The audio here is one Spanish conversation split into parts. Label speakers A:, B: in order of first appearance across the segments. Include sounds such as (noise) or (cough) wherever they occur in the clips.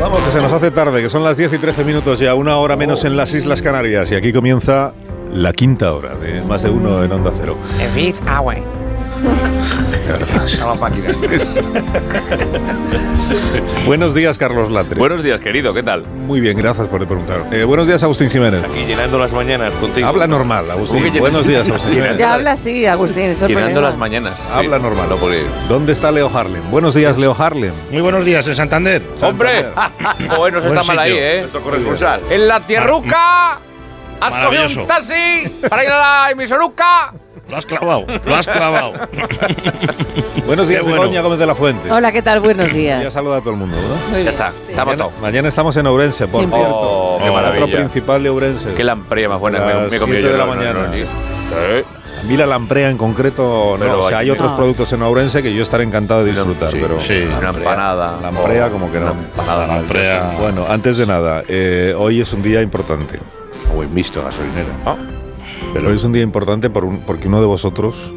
A: Vamos, que se nos hace tarde, que son las 10 y 13 minutos ya, una hora menos en las Islas Canarias. Y aquí comienza la quinta hora de más de uno en Onda Cero. (laughs)
B: The fifth hour.
A: De verdad.
C: Estamos máquinas.
A: Buenos días, Carlos Latre.
D: Buenos días, querido, ¿qué tal?
A: Muy bien, gracias por preguntar. Eh, buenos días, Agustín Jiménez.
D: Aquí llenando las mañanas contigo.
A: Habla normal,
D: ¿Cómo que
A: Agustín.
D: llenas- (laughs)
A: Buenos días, Agustín
D: Llenas-
A: Jiménez.
E: Ya habla así, Agustín. Eso
D: Llenando las mañanas. Sí.
A: Habla normal.
D: No, porque-
A: ¿Dónde está Leo Harlem? Buenos días, Leo Harlem.
F: Muy buenos días, en Santander.
D: (laughs) ¡Hombre! Bueno, eso está
F: Buen
D: mal ahí,
F: sitio.
D: ¿eh?
C: Nuestro corresponsal.
D: En la tierruca. ¿Has cogido
F: Maravilloso.
D: un taxi para ir a la emisoruca?
F: Lo has clavado, lo has clavado.
A: Buenos días,
F: Qué bueno.
A: Begoña Gómez de la Fuente.
E: Hola, ¿qué
D: (laughs)
E: tal? Buenos
A: Ya
E: días.
A: saluda a todo el mundo, ¿no?
E: Muy
D: Ya
E: bien,
D: está,
E: sí.
D: está matado.
A: Mañana estamos en Ourense, por
E: Siempre.
A: cierto.
D: Oh, qué
A: El
D: maravilla.
A: Otro principal de Ourense.
D: Qué lamprea más buena
A: Las
D: me, me he comido
A: siete
D: yo.
A: de la
D: no, no, no,
A: mañana.
D: no, sí. Eh,
A: A mí la lamprea en concreto, no.
D: Pero
A: o sea,
D: aquí-
A: hay otros
E: No.
A: productos en Ourense que yo estaré encantado de disfrutar,
D: sí,
A: pero...
F: sí.
D: Una empanada. Oh.
A: Lamprea, como que no.
D: Una empanada.
F: La lamprea.
D: maravillosa.
A: Bueno, antes de nada, eh, hoy es un día importante.
C: Buen mixto, gasolinera.
D: Ah,
A: Pero hoy es un día importante por un- porque uno de vosotros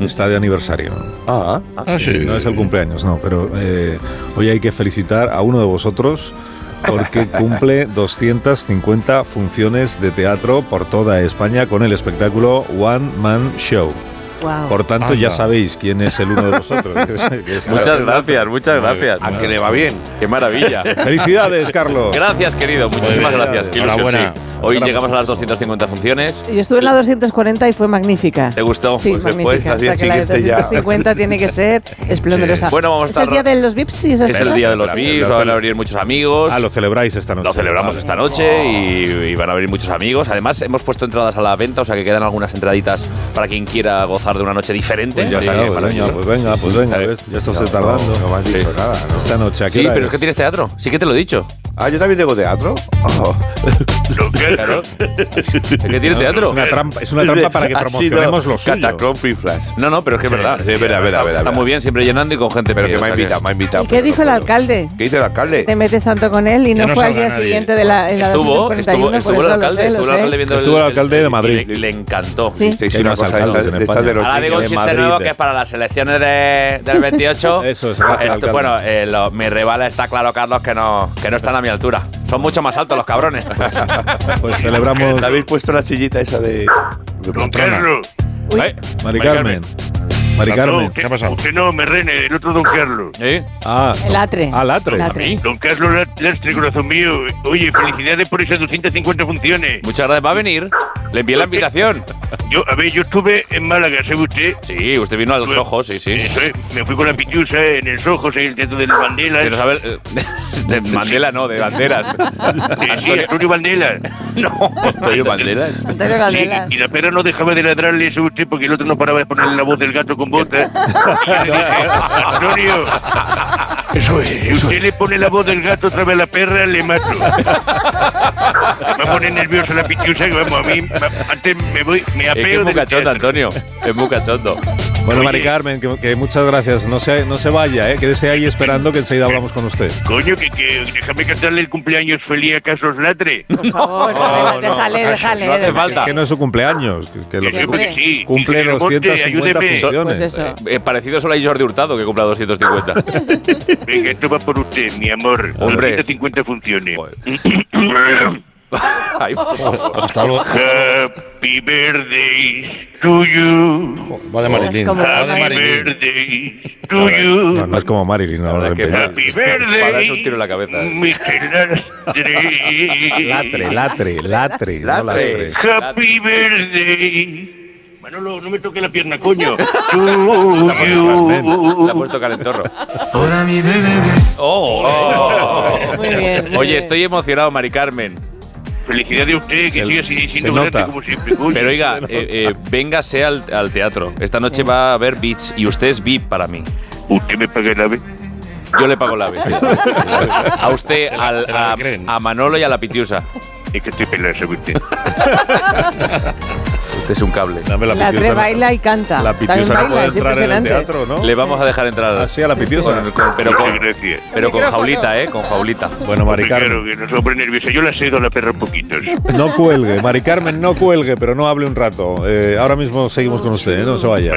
A: está de aniversario.
C: Ah,
F: Ah, sí.
A: No es el cumpleaños, no, pero eh, hoy hay que felicitar a uno de vosotros
D: (laughs)
A: porque cumple 250 funciones de teatro por toda España con el espectáculo One Man Show.
E: Guau.
A: Por tanto, ya
F: Anda.
A: sabéis quién es el uno de vosotros.
D: (laughs) Muchas gracias, muchas
F: Muy bien.
D: gracias.
C: al que le va bien.
D: Qué maravilla.
A: Felicidades, Carlos.
D: Gracias, querido. Muchísimas
A: bien.
D: gracias. Qué ilusión,
F: Enhorabuena.
D: sí. Hoy llegamos a las 250 funciones.
E: Yo estuve en la 240 y fue magnífica.
D: ¿Te gustó?
E: Sí,
D: Pues después,
E: magnífica.
D: al
E: o
D: día
E: sea que la de
C: siguiente ya-
E: 250 tiene que ser
D: (laughs)
E: esplendorosa.
D: Sí. Bueno, vamos a
E: ¿Es el
D: estar-
E: día de los VIPs y esas
D: Es el
E: cosas?
D: día de los
A: Gracias.
D: VIPs, van a abrir muchos amigos.
A: Ah, lo celebráis esta noche.
D: Lo celebramos esta noche y, y van a venir muchos amigos. Además, hemos puesto entradas a la venta, o sea que quedan algunas entraditas para quien quiera gozar de una noche diferente.
A: Pues ya
D: Sí,
A: sabes,
D: para
A: venga,
D: eso.
A: pues venga,
D: Sí, sí,
A: pues venga,
D: sí.
A: ves, ya esto se está tardando.
C: No, me has dicho nada, ¿no?
A: Esta noche, aquí.
D: Sí, pero es que tienes teatro. Sí que te lo he dicho.
C: Ah, yo también tengo teatro. Oh.
D: Claro. Es que tienes
A: Es
D: teatro.
A: una trampa, es una trampa para que promocionemos los suyos.
C: Cataclomb y Flash.
D: No, no, pero es que es verdad.
C: Sí, espera, espera,
D: Está- Está
C: espera.
D: muy bien, siempre llenando y con gente.
C: Pero
D: pie,
C: que me ha
D: o sea
C: invitado, me ha invitado.
E: ¿Y
C: pero
E: qué
C: no
E: dijo el
C: puedo.
E: alcalde?
C: ¿Qué dice el
E: Te
C: alcalde?
E: metes tanto con él y
F: Que
E: no,
F: no
E: fue al
F: salga
E: día
F: nadie.
E: siguiente de la, Ah, en la
D: Estuvo,
E: 241,
D: estuvo,
E: por
D: estuvo
E: pues eso
D: el
E: lo
D: alcalde,
E: sé, lo
D: estuvo el
E: sé.
D: alcalde viendo
A: Estuvo el alcalde de Madrid.
D: y le, le encantó.
E: Sí.
C: Te hice
A: Que hay
C: una
A: más
C: cosa de
A: alcaldes
C: estas-
A: en
C: de estas
A: España.
C: de los
D: Ahora
A: de
D: digo un
C: niños.
D: chiste
A: Madrid,
D: nuevo
A: de-
D: que es para las elecciones de, del 28.
A: (laughs) Eso es, gracias,
D: Esto-
A: alcalde.
D: Bueno, eh, lo- mi rival está claro, Carlos, que no, que no están a mi altura. Son mucho más altos los
G: (laughs)
D: cabrones.
A: Pues celebramos.
C: ¿Le habéis puesto la sillita esa de.
F: Trona.
E: Uy,
D: ¿Eh?
A: Mari Carmen. Mari Carmen.
F: ¿Qué ha pasado?
G: Usted no, me rene, el otro don Carlos.
D: ¿Eh?
A: Ah,
E: El atre.
A: Ah, Latre.
E: El atre.
D: mí?
G: Don Carlos Lat- Lastre, corazón mío. Oye, felicidades por esas 250 funciones.
D: Muchas gracias. ¿Va a venir? Le envié la invitación.
G: Yo, a ver, yo estuve en Málaga, ¿sabe usted?
D: Sí, usted vino a los ojos, sí, sí.
G: Eso es, me fui con la pitiusa en el Ojos, en el teatro del Bandela.
D: Quiero saber. eh, (laughs) De Mandela no, de banderas.
G: Sí,
D: (laughs)
G: sí, Antonio Bandela.
D: No.
C: Antonio Banderas.
E: Antonio
D: (laughs)
G: Sí,
E: Galdelas.
G: y la perra no dejaba de ladrarle, ¿sabe usted? Porque el otro no paraba de ponerle la voz del gato con botas. Y yo le dije, Antonio,
H: Eso es,
G: si
H: eso es.
G: usted le pone la voz del gato otra vez a la perra, le
D: (laughs)
G: mato. Me va a poner nerviosa la pitiusa que vamos a mí. ma- Antes me voy, me
D: Es que es
G: apeo
D: muy
G: del
D: cachondo,
G: teatro.
D: Antonio. Es muy cachondo.
A: Bueno,
G: Oye.
A: Mari Carmen, que, que muchas gracias. No se, no se vaya, ¿eh? quédese ahí esperando que enseguida hablamos con usted.
G: Coño, que, que déjame cantarle el cumpleaños feliz a Carlos Latre.
E: Por favor, déjale, déjale, déjale.
D: no hace
E: déjale.
D: falta.
A: Que no es su cumpleaños, que, que lo
G: Yo
A: que
G: creo que sí.
A: cumple
G: Miguel Monte,
A: 250
G: ayúdeme.
A: funciones.
E: Pues eso.
D: Eh, parecido solo a Jordi Hurtado, que cumple
G: (laughs)
D: 250.
G: Venga, esto va por usted, mi amor.
D: Hombre.
G: 250 funciones.
D: Joder. Ay, por favor.
F: Hasta luego.
G: (clears throat) Happy birthday to you.
F: Va de Marilyn.
E: como-
F: Va de
G: Happy
F: Marilyn.
G: birthday to you.
A: No, no es como Marilyn
D: verdad
A: ahora de
D: que-
A: empeñar.
G: Happy
D: Para
G: birthday.
D: darse un tiro en la cabeza, eh.
G: Mr. Lastre.
A: Latre, latre, latre, no
D: Latre.
A: lastre.
G: Happy birthday. Manolo, no me toque la pierna,
A: (laughs)
G: coño. To you.
A: Uh.
D: Se ha puesto calentorro.
H: Hola, mi bebé.
D: Oh.
E: Muy bien. muy
D: Oye,
E: bien.
D: estoy emocionado, Mari Carmen.
G: Felicidades a usted, que
A: Se-
G: siga
A: se
G: sin- siendo
A: nota.
G: grande como siempre. coño.
D: Pero
A: (laughs)
D: oiga, eh, eh, véngase al, al teatro. Esta noche va a haber Beats y usted es VIP para mí.
G: Usted me paga la vez.
D: Yo le pago la vez. A usted, al-
F: Te la
A: (laughs)
D: a,
F: creen.
D: a Manolo y a la Pitiusa.
G: Es que estoy peloso,
A: (laughs)
G: ¿viste?
D: Este es un cable.
A: Dame la
E: La
A: pitiosa.
E: tres
A: no-
E: baila y canta.
A: La
E: También
A: pitiosa no
E: baila,
A: puede
E: es
A: entrar en el
E: impresionante.
A: teatro, ¿no?
D: Le vamos a dejar entrar.
A: Así a la pitiosa.
D: Bueno, con- pero, con,
G: Gracias.
D: pero con jaulita, ¿eh? Con jaulita.
A: Bueno, Mari
G: Claro,
A: Carmen.
G: que no se pone nerviosa. Yo la cedo a la perra un poquito.
A: No cuelgue, Mari Carmen, no cuelgue, pero no hable un rato. Eh, ahora mismo seguimos con usted, ¿eh? no
D: (laughs)
A: se vaya.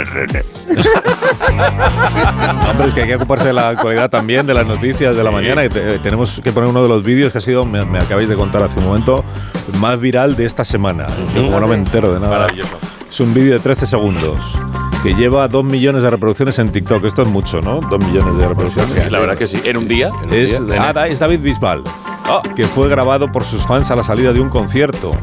A: Hombre, es que hay que ocuparse de la actualidad también, de las noticias de la mañana. que te- eh, tenemos que poner uno de los vídeos que ha sido, me, me acabáis de contar hace un momento, más viral de esta semana. Yo como no me entero de nada.
D: Maravilloso.
A: Es un vídeo de 13 segundos que lleva 2 millones de reproducciones en TikTok. Esto es mucho, ¿no? 2 millones de reproducciones.
D: La verdad es que sí. En un día.
A: Es, ah, da- es David Bisbal,
D: Ah,
A: que fue grabado por sus fans a la salida de un concierto.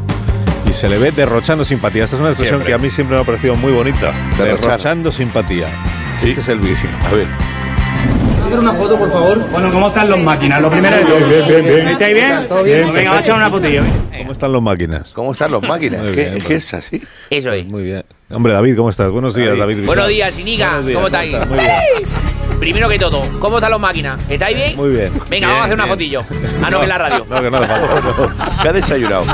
A: Y se le ve derrochando simpatía. Esta es una expresión
D: Siempre.
A: que a mí siempre me ha parecido muy bonita.
D: Derrochar.
A: Derrochando simpatía. Este es el vídeo.
D: a ver.
B: Bueno, ¿cómo están los máquinas? Lo primero es... Bien, bien, bien. ¿Estáis bien? Pues venga, va a echar una putilla.
A: ¿Cómo están las máquinas?
C: ¿Cómo están los máquinas?
A: Muy
C: ¿Qué-
A: bien,
C: es que es así.
I: Eso es.
A: Muy bien. Hombre, David, ¿cómo estás? Buenos días, David. Bisbal.
I: Buenos días, Siniga.
A: Buenos días,
I: ¿Cómo estáis?
A: estás? Muy bien.
I: Primero que todo, ¿cómo están los máquinas? ¿Estáis bien?
A: Muy bien.
I: Venga, vamos a hacer una fotillo. (laughs) Ah, no, que es
A: (laughs)
I: la radio.
A: No, que no, hace
I: (laughs)
A: falta.
C: ¿Qué ha desayunado?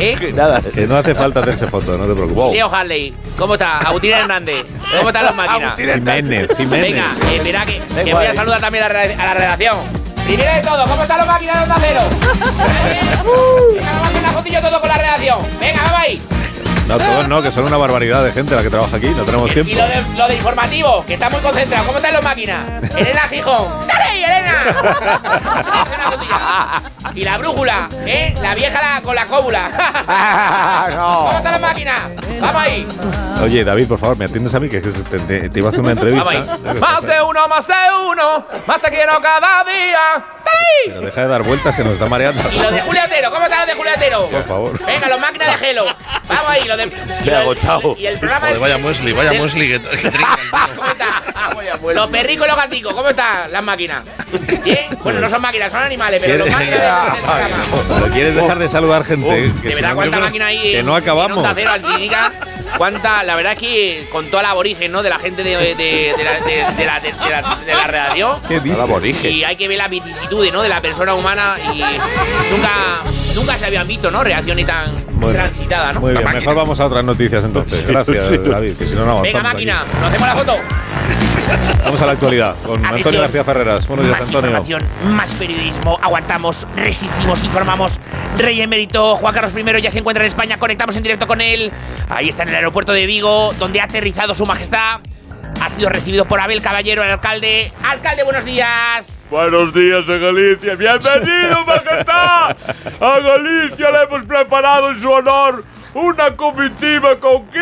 I: ¿Eh?
C: Nada.
A: que no hace falta hacerse foto, no te preocupes.
I: Leo Harley, ¿cómo está? Agustín Hernández, ¿cómo están los máquinas?
A: Jiménez, Jiménez.
I: Venga, espera que, que
C: igual.
I: voy a saludar también a la, re- a la redacción. Primero de todo, ¿cómo están los máquinas de Onda Cero?
A: (laughs)
I: ¿Eh? Venga, vamos a hacer una fotillo todo con la redacción. Venga, vamos ahí.
A: No, todos no, que son una barbaridad de gente la que trabaja aquí, no tenemos
I: Y
A: tiempo.
I: lo de, lo de informativo, que está muy concentrado. ¿Cómo están los máquinas? Elena Gijón. ¡Dale, ahí,
A: (laughs)
I: Elena! y la brújula, ¿eh? La vieja la- con la cóbula. (laughs)
A: (laughs)
I: ¿Cómo están las máquinas? ¡Vamos ahí!
A: Oye, David, por favor, me atiendes a mí, que es que te, te- te iba a hacer una
I: ¡Vamos
A: entrevista.
I: ahí!
A: Claro,
I: Más
A: estás-
I: de uno, más de uno, más te quiero cada día. ¡Dale!
A: Pero deja de dar vueltas que nos está mareando.
I: ahí! Y los de Julio Otero, ¿cómo están los de Julio Otero?
A: Por favor.
I: Venga, los máquinas de Gelo. Vamos ahí, los de. y
C: Me ha
I: lo-
C: agotado.
I: Y el programa
F: Joder,
I: de.
F: vaya Muesli, vaya
I: del-
F: Muesli que, que trinca el tío.
I: ¿Cómo está? Los perricos y los gaticos, ¿cómo están las máquinas? Bien, bueno, no son máquinas, son animales, pero
A: (laughs)
I: los máquinas de- del programa.
A: Pero quieres dejar de saludar gente. que
I: De
A: Ah, si
I: verdad,
A: no-
I: cuánta máquina hay.
A: Que
I: en-
A: no
I: En
A: acabamos.
I: Onda Cero, Alquinica. Cuánta, la verdad es que con toda la aborigen, ¿no? De la gente de, de, de la, de- de la- de- de la- de la redacción.
A: ¿Qué dices?
C: Nada aborigen.
I: Y hay que ver las vicisitudes, ¿no? De la persona humana y nunca, nunca se habían visto, ¿no? Reacciones tan
A: Bueno,
I: transitadas, ¿no?
A: Muy bien, mejor vamos a otras noticias entonces. Gracias, David, que si no, no avanzamos.
I: Venga,
A: aquí.
I: máquina, nos hacemos la foto.
A: Vamos a la actualidad con
I: Atención.
A: Antonio García Ferreras. Buenos días,
I: más
A: Antonio.
I: información, más periodismo. Aguantamos, resistimos, informamos. Rey emérito Juan Carlos I ya se encuentra en España. Conectamos en directo con él. Ahí está en el aeropuerto de Vigo, donde ha aterrizado su majestad. Ha sido recibido por Abel Caballero, el alcalde. Alcalde, buenos días.
J: Buenos días a Galicia,
I: (laughs)
J: bienvenido majestad. A Galicia le hemos preparado en su honor una comitiva con 15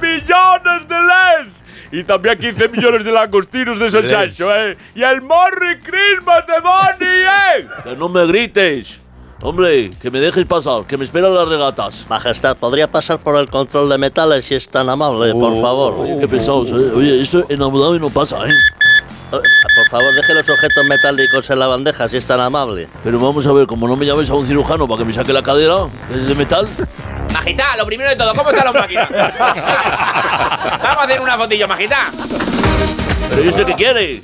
J: millones de les y también 15 millones de langostinos de San Sancho, ¿eh? Y el Merry Christmas de Bonnie, ¿eh?
K: Que no me grites. Hombre, que me dejes pasar, que me esperan las regatas.
J: Majestad, ¿podría pasar por el control de metales si es tan amable,
K: Oh, Oye, qué pesados, ¿eh? Oye, eso en Abu Dhabi no pasa, ¿eh?
J: Oh, Por favor, deje los objetos metálicos en la bandeja si es tan amable.
K: Pero vamos a ver, como no me llames a un cirujano para que me saque la cadera, que es de metal.
I: Majestad, lo primero de todo, ¿cómo están los máquinas? Vamos a hacer una fotillo, majestad.
K: Pero ¿y este qué (laughs) quiere?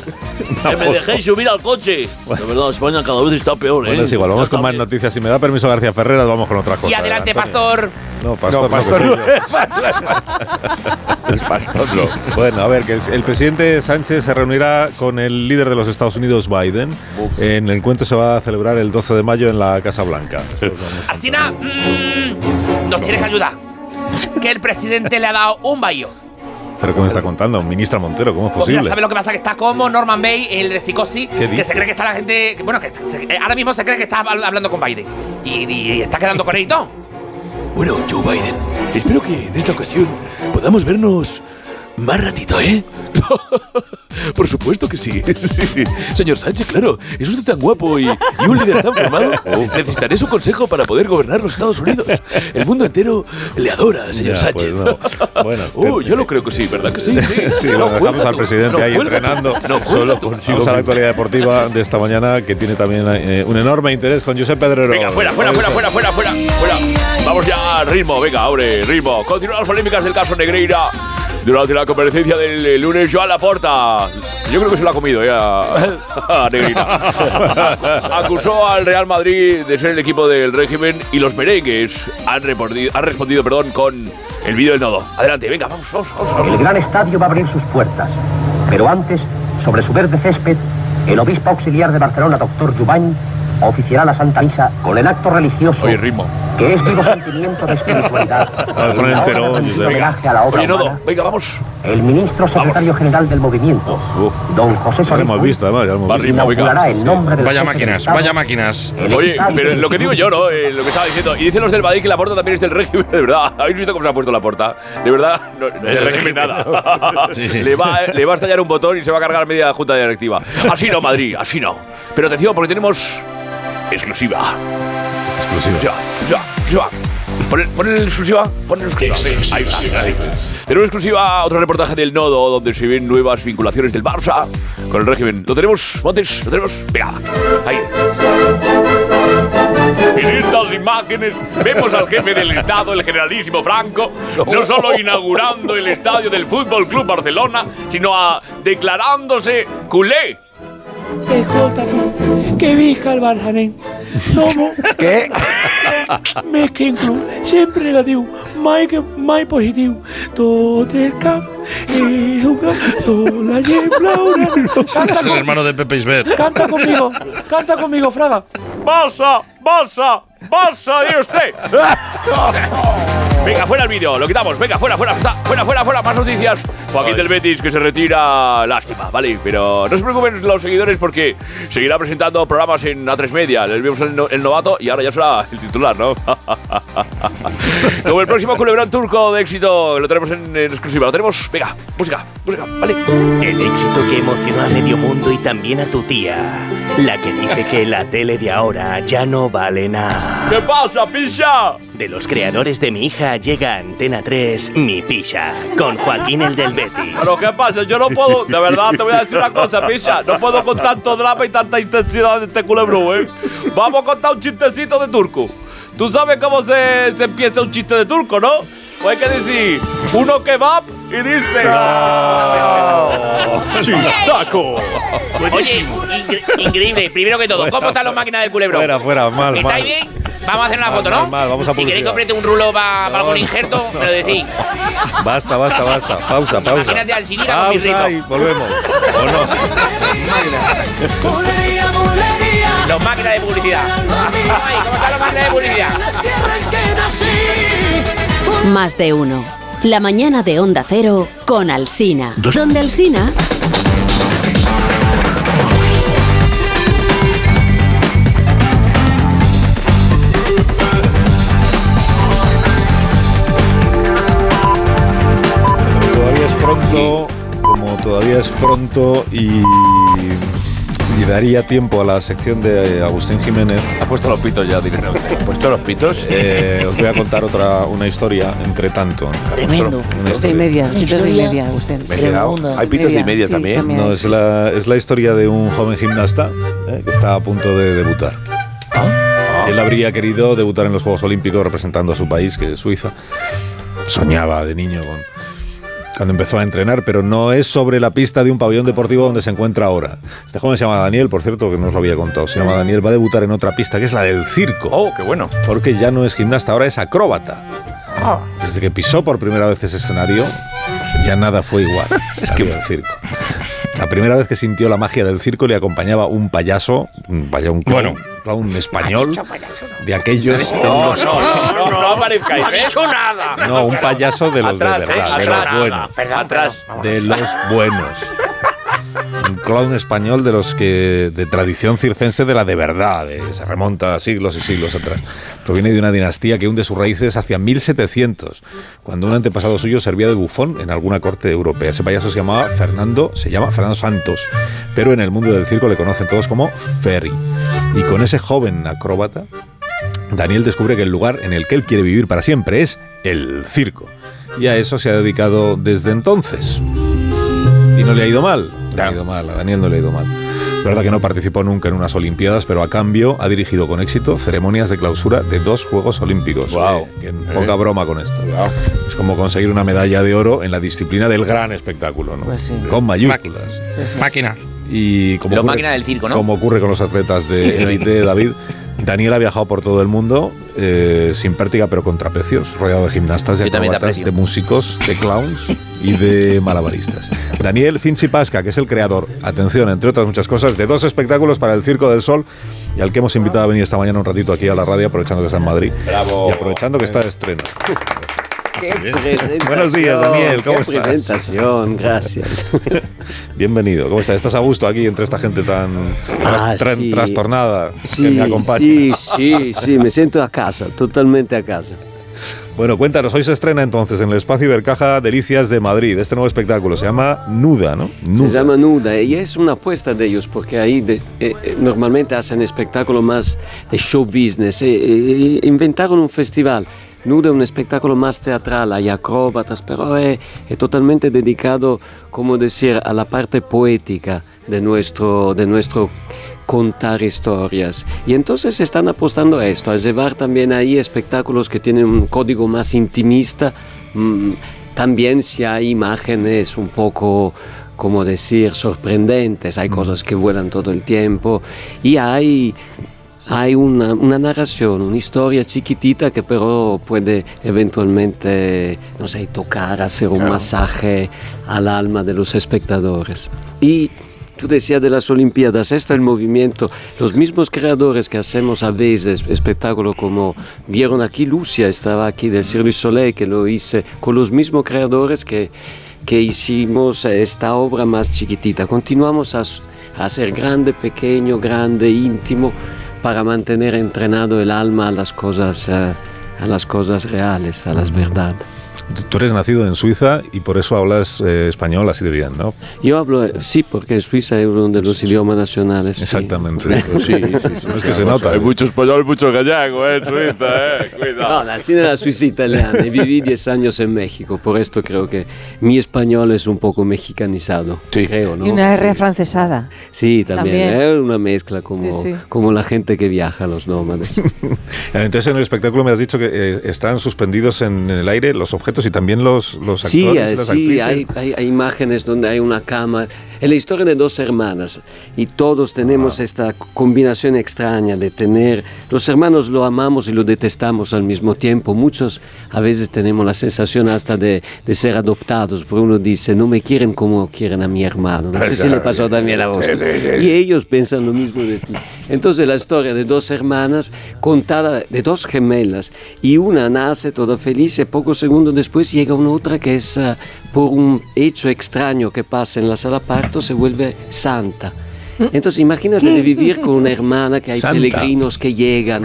K: Que me dejéis subir al coche. La verdad, España cada vez está peor, ¿eh?
A: Bueno, es igual, vamos
K: Ya
A: con más
K: está bien.
A: noticias. Si me da permiso García Ferreras, vamos con otras cosas.
I: Y adelante,
A: Antonio.
I: pastor.
A: No, pastor.
C: No, pastor
A: que
C: no.
A: soy yo. (laughs)
C: Es pastor, no.
A: Bueno, a ver, que el, el presidente Sánchez se reunirá con el líder de los Estados Unidos, Biden. En el encuentro se va a celebrar el 12 de mayo en la Casa Blanca. Esto lo vamos a-
I: Asina, mm, nos tienes que ayudar. Que el presidente le ha dado un baño.
A: Pero ¿qué me está contando? Ministra Montero, ¿cómo es
I: Pues mira,
A: posible?
I: ¿sabes lo que pasa? Que está como Norman Bay, el de Psicosis, que
A: dices?
I: se cree que está la gente. que, bueno, que se- eh, ahora mismo se cree que está habl- hablando con Biden. Y, y- y está quedando con él y todo.
K: Bueno, Joe Biden, espero que en esta ocasión podamos vernos más ratito, ¿eh? (laughs) Por supuesto que sí. (laughs) Sí. Señor Sánchez, claro, es usted tan guapo y, y un líder tan (laughs) formado. Necesitaré su consejo para poder gobernar los Estados Unidos. El mundo entero le adora, señor
A: Ya,
K: Sánchez.
A: pues
D: (laughs)
A: no. Bueno,
J: Uh,
K: Oh, yo lo creo que sí, ¿verdad
A: (laughs)
K: que sí? Sí,
A: Sí, lo dejamos
K: cuelga
A: al
K: tú,
A: presidente
K: no,
A: ahí
K: cuelga tú,
A: entrenando.
K: No,
A: Solo
K: solo consigo.
A: Vamos a la actualidad deportiva de esta mañana, que tiene también eh, un enorme interés con Josep Pedrero.
J: Venga, fuera, fuera, fuera, fuera, fuera, fuera, fuera. Vamos ya, ritmo, venga, abre, ritmo. Continúan las polémicas del caso Negreira. Durante la comparecencia del eh, lunes, Joan Laporta Yo creo que se lo ha comido, ¿eh? A, (laughs) a
A: (laughs)
J: Negrina. Acusó al Real Madrid de ser el equipo del régimen y los merengues han, reporti- han respondido perdón, con el vídeo del nodo. Adelante, venga, vamos, vamos, vamos.
L: El gran estadio va a abrir sus puertas, pero antes, sobre su verde césped, el obispo auxiliar de Barcelona, doctor Jubany, oficiará la Santa Misa con el acto religioso que este es vivo sentimiento de espiritualidad.
A: (laughs) Al poner entero,
L: Ahora,
A: Josep.
L: homenaje a la obra
J: Oye, Nodo,
L: humana,
J: venga, vamos.
L: el ministro secretario general del movimiento, don José
A: Ya lo hemos
L: Solís,
A: visto, además, ya lo hemos
L: Va
A: visto.
L: ritmo, venga. Inaugurará en nombre del jefe de Estado.
M: máquinas.
J: Oye, pero lo que digo yo, ¿no? Eh, lo que estaba diciendo. Y dicen los del Madrid que la porta también es del régimen, (laughs) de verdad. ¿Habéis visto cómo se ha puesto la porta? De verdad, no, no, del régimen nada. le, va, le va a estallar un botón y se va a cargar media junta directiva. Así no, Madrid, así no. Pero atención, porque tenemos exclusiva. Exclusiva. Ya, ya, ya. Pon el- pon el exclusiva, pon el exclusiva. Ahí está, ahí está. Tenemos exclusiva otro reportaje del Nodo, donde se ven nuevas vinculaciones del Barça con el régimen. ¿Lo tenemos, Montes? ¿Lo tenemos? Venga, ahí. En estas imágenes vemos al jefe del Estado, el generalísimo Franco, no solo inaugurando el estadio del Fútbol Club Barcelona, sino a- declarándose culé.
F: Que jota tú, que visca el Barça, nen. Somos...
J: ¿Qué?
F: Més que inclou, sempre negatiu, mai, que, mai positiu. Tot el camp és un gran sol, la gent blaura.
J: (laughs)
F: Canta,
M: Es el
F: con,
M: hermano de Pepe Isbert.
F: canta conmigo, canta conmigo, Fraga.
N: Balsa, balsa, balsa, diga usted.
J: Venga, fuera el vídeo, lo quitamos. Venga, fuera, fuera, fuera, fuera, fuera, fuera. Más noticias. Joaquín del Betis que se retira, lástima, ¿vale? Pero no se preocupen los seguidores porque seguirá presentando programas en A3 Media. Les vimos el, no- el novato y ahora ya será el titular, ¿no? (laughs) Como el próximo culebrón turco de éxito, lo tenemos en, en exclusiva. Lo tenemos, venga, música, música, ¿vale?
K: El éxito que emocionó a medio mundo y también a tu tía, la que dice que la tele de ahora ya no vale nada.
J: ¿Qué pasa, picha?
K: De los creadores de mi hija llega a Antena 3 Mi Picha, con Joaquín el del Betis.
J: Pero ¿qué pasa? Yo no puedo, de verdad, te voy a decir una cosa, picha. No puedo con tanto drama y tanta intensidad de este culebro, ¿eh? Vamos a contar un chistecito de turco. Tú sabes cómo se, se empieza un chiste de turco, ¿no? Pues hay que decir, uno que va y dice... ¡Chistaco!
I: Oye, incre- increíble. Primero que todo, ¿cómo están las máquinas del culebro?
A: Fuera, fuera, mal, mal.
I: ¿Estáis bien? Vamos a hacer una
A: Mal,
I: foto,
A: mal,
I: ¿no?
A: mal, vamos a
I: si queréis
A: publicidad.
I: comprarte un rulo para algún injerto, me lo decís.
A: Basta, basta,
I: (laughs)
A: basta. Pausa, pausa.
I: Imagínate al Sirira con mi
A: pausa y
I: rito.
A: volvemos.
I: Los máquinas de publicidad. Ay, ¿Cómo están las máquinas de publicidad?
O: Más de uno. La mañana de Onda Cero con Alsina. Donde Alsina.
A: Todavía es pronto, como todavía es pronto y, y daría tiempo a la sección de Agustín Jiménez. Ha puesto los pitos ya directamente.
C: Pues
A: ¿Ha puesto los pitos? Eh, os voy a contar otra una historia entre tanto.
E: Tremendo.
A: Una
E: Dos y
A: historia.
E: media, dos y media, Agustín.
A: Me he quedado.
P: Hay pitos de media
E: sí,
P: también.
A: No, es la, es la historia de un joven gimnasta eh, que está a punto de debutar. Él habría querido debutar en los Juegos Olímpicos representando a su país, que es Suiza. Soñaba de niño con, cuando empezó a entrenar, pero no es sobre la pista de un pabellón deportivo donde se encuentra ahora. Este joven se llama Daniel, por cierto, que no os lo había contado. Se llama Daniel, va a debutar en otra pista, que es la del circo.
J: Oh, qué bueno.
A: Porque ya no es gimnasta, ahora es acróbata. Desde que pisó por primera vez ese escenario, ya nada fue igual. (laughs) Es que el circo. La primera vez que sintió la magia del circo le acompañaba un payaso, un payaso, un clown, clown español, de aquellos.
J: No, no, no, no, no aparezcáis, ¿eh?
I: nada.
A: No, un payaso de los
J: Atrás,
A: de
J: ¿eh?
A: verdad, de
J: Atrás.
A: los buenos.
J: Perdón, Atrás.
A: De los buenos. Un clown español de los que. de tradición circense de la de verdad, de- se remonta a siglos y siglos atrás. Proviene de una dinastía que hunde sus raíces hacia 1700, cuando un antepasado suyo servía de bufón en alguna corte europea. Ese payaso se llamaba Fernando, se llama Fernando Santos, pero en el mundo del circo le conocen todos como Ferry. Y con ese joven acróbata, Daniel descubre que el lugar en el que él quiere vivir para siempre es el circo. Y a eso se ha dedicado desde entonces. Y no le ha ido mal. Le ha ido mal, a Daniel no le ha ido mal. Es verdad que no participó nunca en unas Olimpiadas, pero a cambio ha dirigido con éxito ceremonias de clausura de dos Juegos Olímpicos. ¡Wow! poca broma con esto. Es como conseguir una medalla de oro en la disciplina del gran espectáculo, ¿no? Con mayúsculas.
F: Máquina.
A: Y como
I: Pero
A: ocurre-
I: máquina del circo, ¿no?
A: Como ocurre con los atletas de
I: (laughs)
A: élite, David. Daniel ha viajado por todo el mundo, eh, sin pértiga pero con trapecios, rodeado de gimnastas, de
I: Yo también te
A: acrobatas,
I: aprecio.
A: de músicos, de clowns y de malabaristas. Daniel Finzi Pasca, que es el creador, atención, entre otras muchas cosas, de dos espectáculos para el Circo del Sol y al que hemos invitado a venir esta mañana un ratito aquí a la radio, aprovechando que está en Madrid y aprovechando que está de estreno. Buenos días, Daniel, ¿cómo
Q: Qué
A: estás?
Q: presentación, gracias.
A: Bienvenido, ¿cómo estás? ¿Estás a gusto aquí entre esta gente tan tras-
Q: Ah,
A: tran-
Q: sí.
A: trastornada que
Q: Sí,
A: me acompaña?
Q: sí, sí, sí, me siento a casa, totalmente a casa.
A: Bueno, cuéntanos, hoy se estrena entonces en el espacio Ibercaja Delicias de Madrid este nuevo espectáculo. Se llama Nuda, ¿no? Nuda.
Q: Se llama Nuda y es una apuesta de ellos porque ahí de- eh, eh, normalmente hacen espectáculo más de show business. eh, eh, inventaron un festival. Nuda es un espectáculo más teatral, hay acróbatas, pero es, es totalmente dedicado, como decir, a la parte poética de nuestro, de nuestro contar historias. Y entonces están apostando a esto, a llevar también ahí espectáculos que tienen un código más intimista. mm, también si hay imágenes un poco como decir, sorprendentes, hay cosas que vuelan todo el tiempo y hay, hay una, una narración, una historia chiquitita que pero puede eventualmente, no sé, tocar, hacer un masaje al alma de los espectadores. Y tú decías de las Olimpiadas, esto es el movimiento, los mismos creadores que hacemos a veces espectáculo como vieron aquí Lucia, estaba aquí del Cirque du Soleil, que lo hice con los mismos creadores que que hicimos esta obra más chiquitita. Continuamos a, s- a hacer grande, pequeño, grande, íntimo, para mantener entrenado el alma a las cosas, eh, a las cosas reales, a las verdades.
A: Tú eres nacido en Suiza y por eso hablas eh, español así de bien, ¿no?
Q: Yo hablo, eh, sí, porque Suiza es uno de los idiomas nacionales.
A: Exactamente.
Q: (laughs)
A: (laughs)
Q: Sí,
A: Es que se nota. ¿eh?
Q: mucho
D: español y mucho gallego, eh, Suiza, eh.
Q: No,
D: Cuidado.
Q: nací en la Suiza italiana y viví 10 años en México, por esto creo que mi español es un poco mexicanizado, creo, ¿no?
E: Y una R francesada.
Q: Sí, también,
E: También.
Q: es una mezcla como,
E: Sí, sí.
Q: como la gente que viaja, los nómades.
A: Entonces en el espectáculo me has dicho que eh, están suspendidos en, en el aire los objetos y también los, los
Q: Sí,
A: actores.
Q: eh,
A: las
Q: sí,
A: actrices.
Q: hay, hay- hay imágenes donde hay una cama. Es la historia de dos hermanas y todos tenemos esta c- combinación extraña de tener, los hermanos lo amamos y lo detestamos al mismo tiempo. Muchos a veces tenemos la sensación hasta de, de ser adoptados, porque uno dice, no me quieren como quieren a mi hermano. No sé si le pasó también a vos.
L: Sí, sí, sí.
Q: Y ellos piensan lo mismo de ti. Entonces la historia de dos hermanas contada de dos gemelas y una nace toda feliz y pocos segundos después llega una otra que es ah, por un hecho extraño que pasa en la sala parto se vuelve santa. Entonces imagínate de vivir con una hermana que hay
L: Santa.
Q: peregrinos que llegan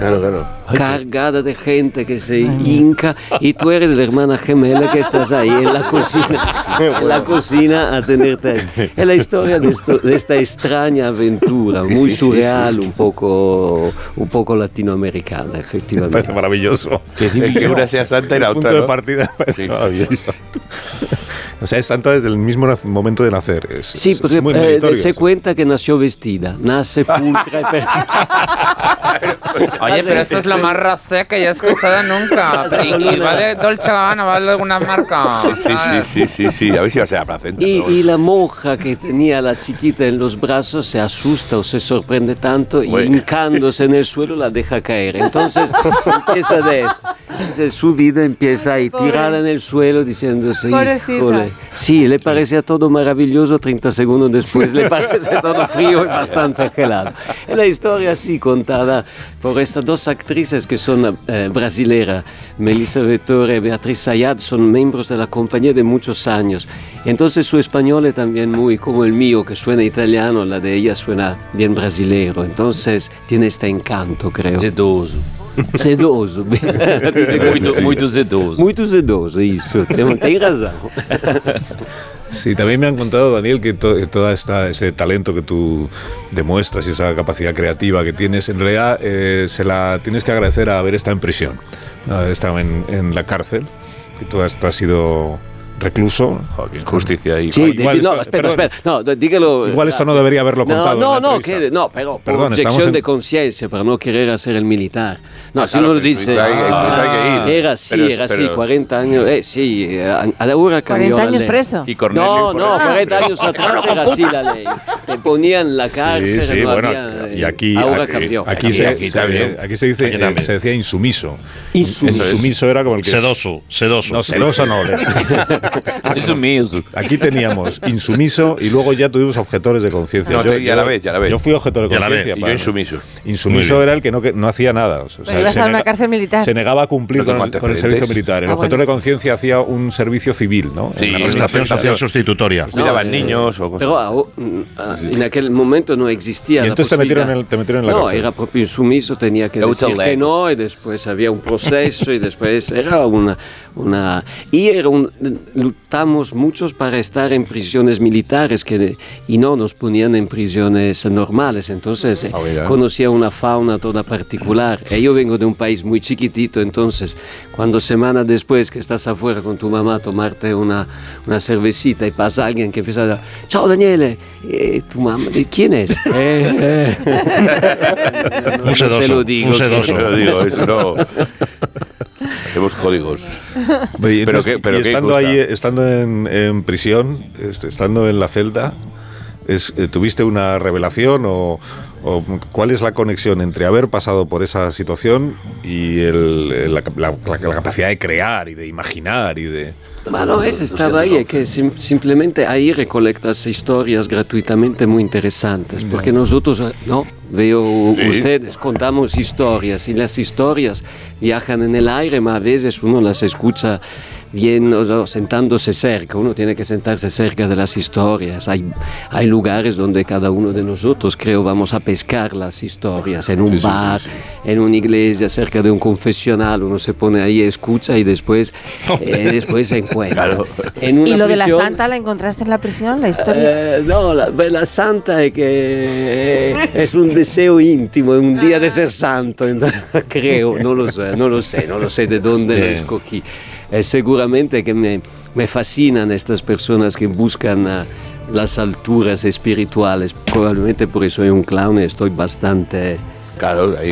Q: cargada de gente que se hinca y tú eres la hermana gemela que estás ahí en la cocina en la cocina a tenerte ahí. Es la historia de, esto- de esta extraña aventura,
L: Sí,
Q: muy
L: sí, sí,
Q: surreal,
L: sí.
Q: un poco un poco latinoamericana, efectivamente.
A: Parece maravilloso. (laughs)
C: El que una sea santa y la
A: El
C: otra.
A: punto de
C: ¿no?
A: partida.
C: Sí,
A: maravilloso. (laughs) O sea, es santa desde el mismo nac- momento de nacer. Es,
Q: Sí,
A: es-
Q: porque
A: es muy
Q: eh,
A: meritorio.
Q: se cuenta que nació vestida, nace
L: (laughs)
Q: pulcra y perfecta.
R: Oye, pero esta es la más rasé que yo he escuchado nunca. Y, y va de Dolce Gabbana, va de alguna marca. Ah.
C: Sí,
I: Ah.
R: (laughs)
C: sí, sí, sí, sí. A ver si va a ser la placenta.
Q: Y,
C: pero bueno.
Q: y la monja que tenía a la chiquita en los brazos se asusta o se sorprende tanto y hincándose en el suelo la deja
C: (laughs)
Q: caer. Entonces empieza de esto. Entonces, su vida empieza ahí tirada en el suelo diciéndose,
E: Pobrecita.
Q: híjole. Sí, le parecía todo maravilloso 30 segundos después, le parece todo frío y bastante gelado. Es la historia así contada por estas dos actrices que son eh, brasileras, Melissa Vettore y Beatriz Sayad, son miembros de la compañía de muchos años. Entonces su español es también muy como el mío, que suena italiano, la de ella suena bien brasilero. Entonces tiene este encanto, creo. Sedoso. Sedoso. (laughs)
A: Muito- muito
Q: sedoso. Muy sedoso, isso. Tem, tem razão.
A: Sí, también me han contado, Daniel, que to- que todo ese talento que tú demuestras y esa capacidad creativa que tienes, en realidad eh, se la tienes que agradecer a haber estado en prisión, a haber estado en, en la cárcel. que tú has, tú has sido recluso.
D: Justicia y
Q: Sí, de- no, espera, espera. No, d- dígalo. ah,
A: Igual esto no debería haberlo
Q: No,
A: contado en
Q: No,
A: la
Q: no,
A: entrevista.
Q: que- no, pero por
A: Perdón, estamos
Q: objeción
A: en-
Q: de conciencia, para no querer hacer el militar. No,
A: Ah,
Q: si
A: claro,
Q: no lo
A: pero
Q: dice. "Ah,
A: hay- hay que ir.
Q: Era así,
A: Pero es-
Q: era así,
A: pero-
Q: 40 años. Eh, sí, eh, a a la hora cambió
E: 40
Q: la
E: años
Q: ley.
E: preso. Y
D: Cornelio
Q: no,
D: y
Q: no,
D: 40
Q: 40
D: años
Q: años
D: preso.
Q: atrás era así la ley. Te ponían en la cárcel,
A: sí,
Q: no
A: bueno,
Q: había,
A: y aquí,
Q: ahora
A: aquí,
Q: cambió.
A: aquí
Q: Aquí,
A: se,
Q: aquí
A: se-
Q: también.
A: aquí se dice,
Q: Aquí
A: eh,
Q: también.
A: se decía insumiso.
Q: Insumiso.
A: Insumiso era como el que
F: Sedoso, sedoso.
A: No, sedoso no. eh.
Q: (laughs)
D: insumiso.
A: Aquí teníamos insumiso y luego ya tuvimos objetores de conciencia.
C: No, te- ya la ves, ya la ves.
A: Yo fui objetor de
C: Ya la ves,
A: conciencia.
C: y yo
A: para-
C: insumiso.
A: Insumiso era el que no, que no hacía nada. O sea,
E: Pero ibas
A: se
E: a una
A: nega-
E: cárcel militar.
A: se negaba a cumplir
C: No tengo
A: con, el- con el
C: antecedentes.
A: servicio militar. El
E: Ah,
A: objetor de conciencia hacía un servicio civil, ¿no?
C: Sí,
A: En la
C: una
A: misma
C: prestación
A: empresa.
C: social
F: sustitutoria.
C: Cuidaban
Q: eh,
C: niños o
Q: Pero
C: cosas.
Q: ah, mm, ah, en aquel momento no existía.
A: Y
Q: la
A: entonces te metieron
Q: posibilidad.
A: en el- te metieron en la
Q: No,
A: cárcel.
Q: era propio insumiso, tenía que
A: Yo
Q: decir
A: también.
Q: que no, y después había un proceso, (laughs) y después era una. una y era un, luchamos muchos para estar en prisiones militares que, y no nos ponían en prisiones normales. Entonces eh, conocía una fauna toda particular. Y yo vengo de un país muy chiquitito, entonces cuando semana después que estás afuera con tu mamá a tomarte una, una cervecita y pasa alguien que empieza a decir, chao Daniele, eh, tu mamá, (laughs) eh, ¿quién es? Eh, eh.
C: Un sedoso,
Q: te lo digo.
C: un
Q: que-
C: sedoso. Te lo digo, eso no. Hacemos códigos.
A: Oye, y
C: Pero
A: entonces-
C: qué- pero
A: y
C: qué
A: estando
C: injusta.
A: ahí, eh, estando en, en prisión, este, estando en la celda, es- eh, ¿tuviste una revelación o, o cuál es la conexión entre haber pasado por esa situación y el- el- la, la- la- la capacidad de crear y de imaginar y de...
Q: Bueno, es estaba ahí, es que sim- simplemente ahí recolectas historias gratuitamente muy interesantes, porque nosotros, eh, no, veo
S: Sí.
Q: ustedes, contamos historias y las historias viajan en el aire, pero a veces uno las escucha bien o sea, sentándose cerca, uno tiene que sentarse cerca de las historias, hay, hay lugares donde cada uno de nosotros creo vamos a pescar las historias, en un bar, en una iglesia, cerca de un confesional, uno se pone ahí, escucha y después, eh, después se encuentra. En una
E: ¿Y lo de la
Q: prisión,
E: santa la encontraste en la prisión, la historia?
Q: eh, no, la, beh, la santa es que eh, es un deseo íntimo, es un día de ser santo, entonces, (laughs) creo, no lo sé, no lo sé, no lo sé de dónde lo
S: Bien.
Q: escogí. Eh, seguramente que me, me fascinan estas personas que buscan ah, las alturas espirituales, probablemente por eso soy un clown y estoy bastante...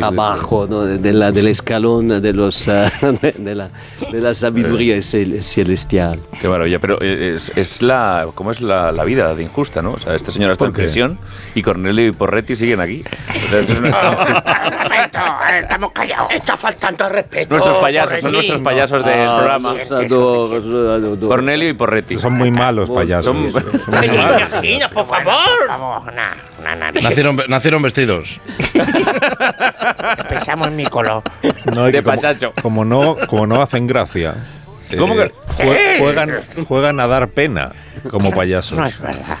Q: abajo ¿no? de, de la, del escalón de, los, ah, (laughs) de, de la, de la sabiduría cel- celestial.
D: Qué maravilla, pero eh, es, es la cómo es la, la vida de injusta, ¿no? O sea, esta señora está en prisión y Cornelio y Porretti siguen aquí. O sea, esto Ah, es una-
I: (laughs) eh, Estamos callados. Está faltando al respeto.
D: nuestros payasos, son nuestros payasos del
Q: Ah,
D: programa.
Q: los adoro, los adoro.
D: Cornelio y Porretti.
A: Son muy malos payasos.
I: Imagina, por favor. Por favor, na, na, na.
F: Nacieron, nacieron vestidos.
I: Pensamos en mi color.
A: No, y
D: De
A: que como-
D: pachacho.
A: Como no, como no hacen gracia.
D: (laughs)
A: eh,
D: ¿Cómo que-
A: jue- juegan, juegan a dar pena como payasos.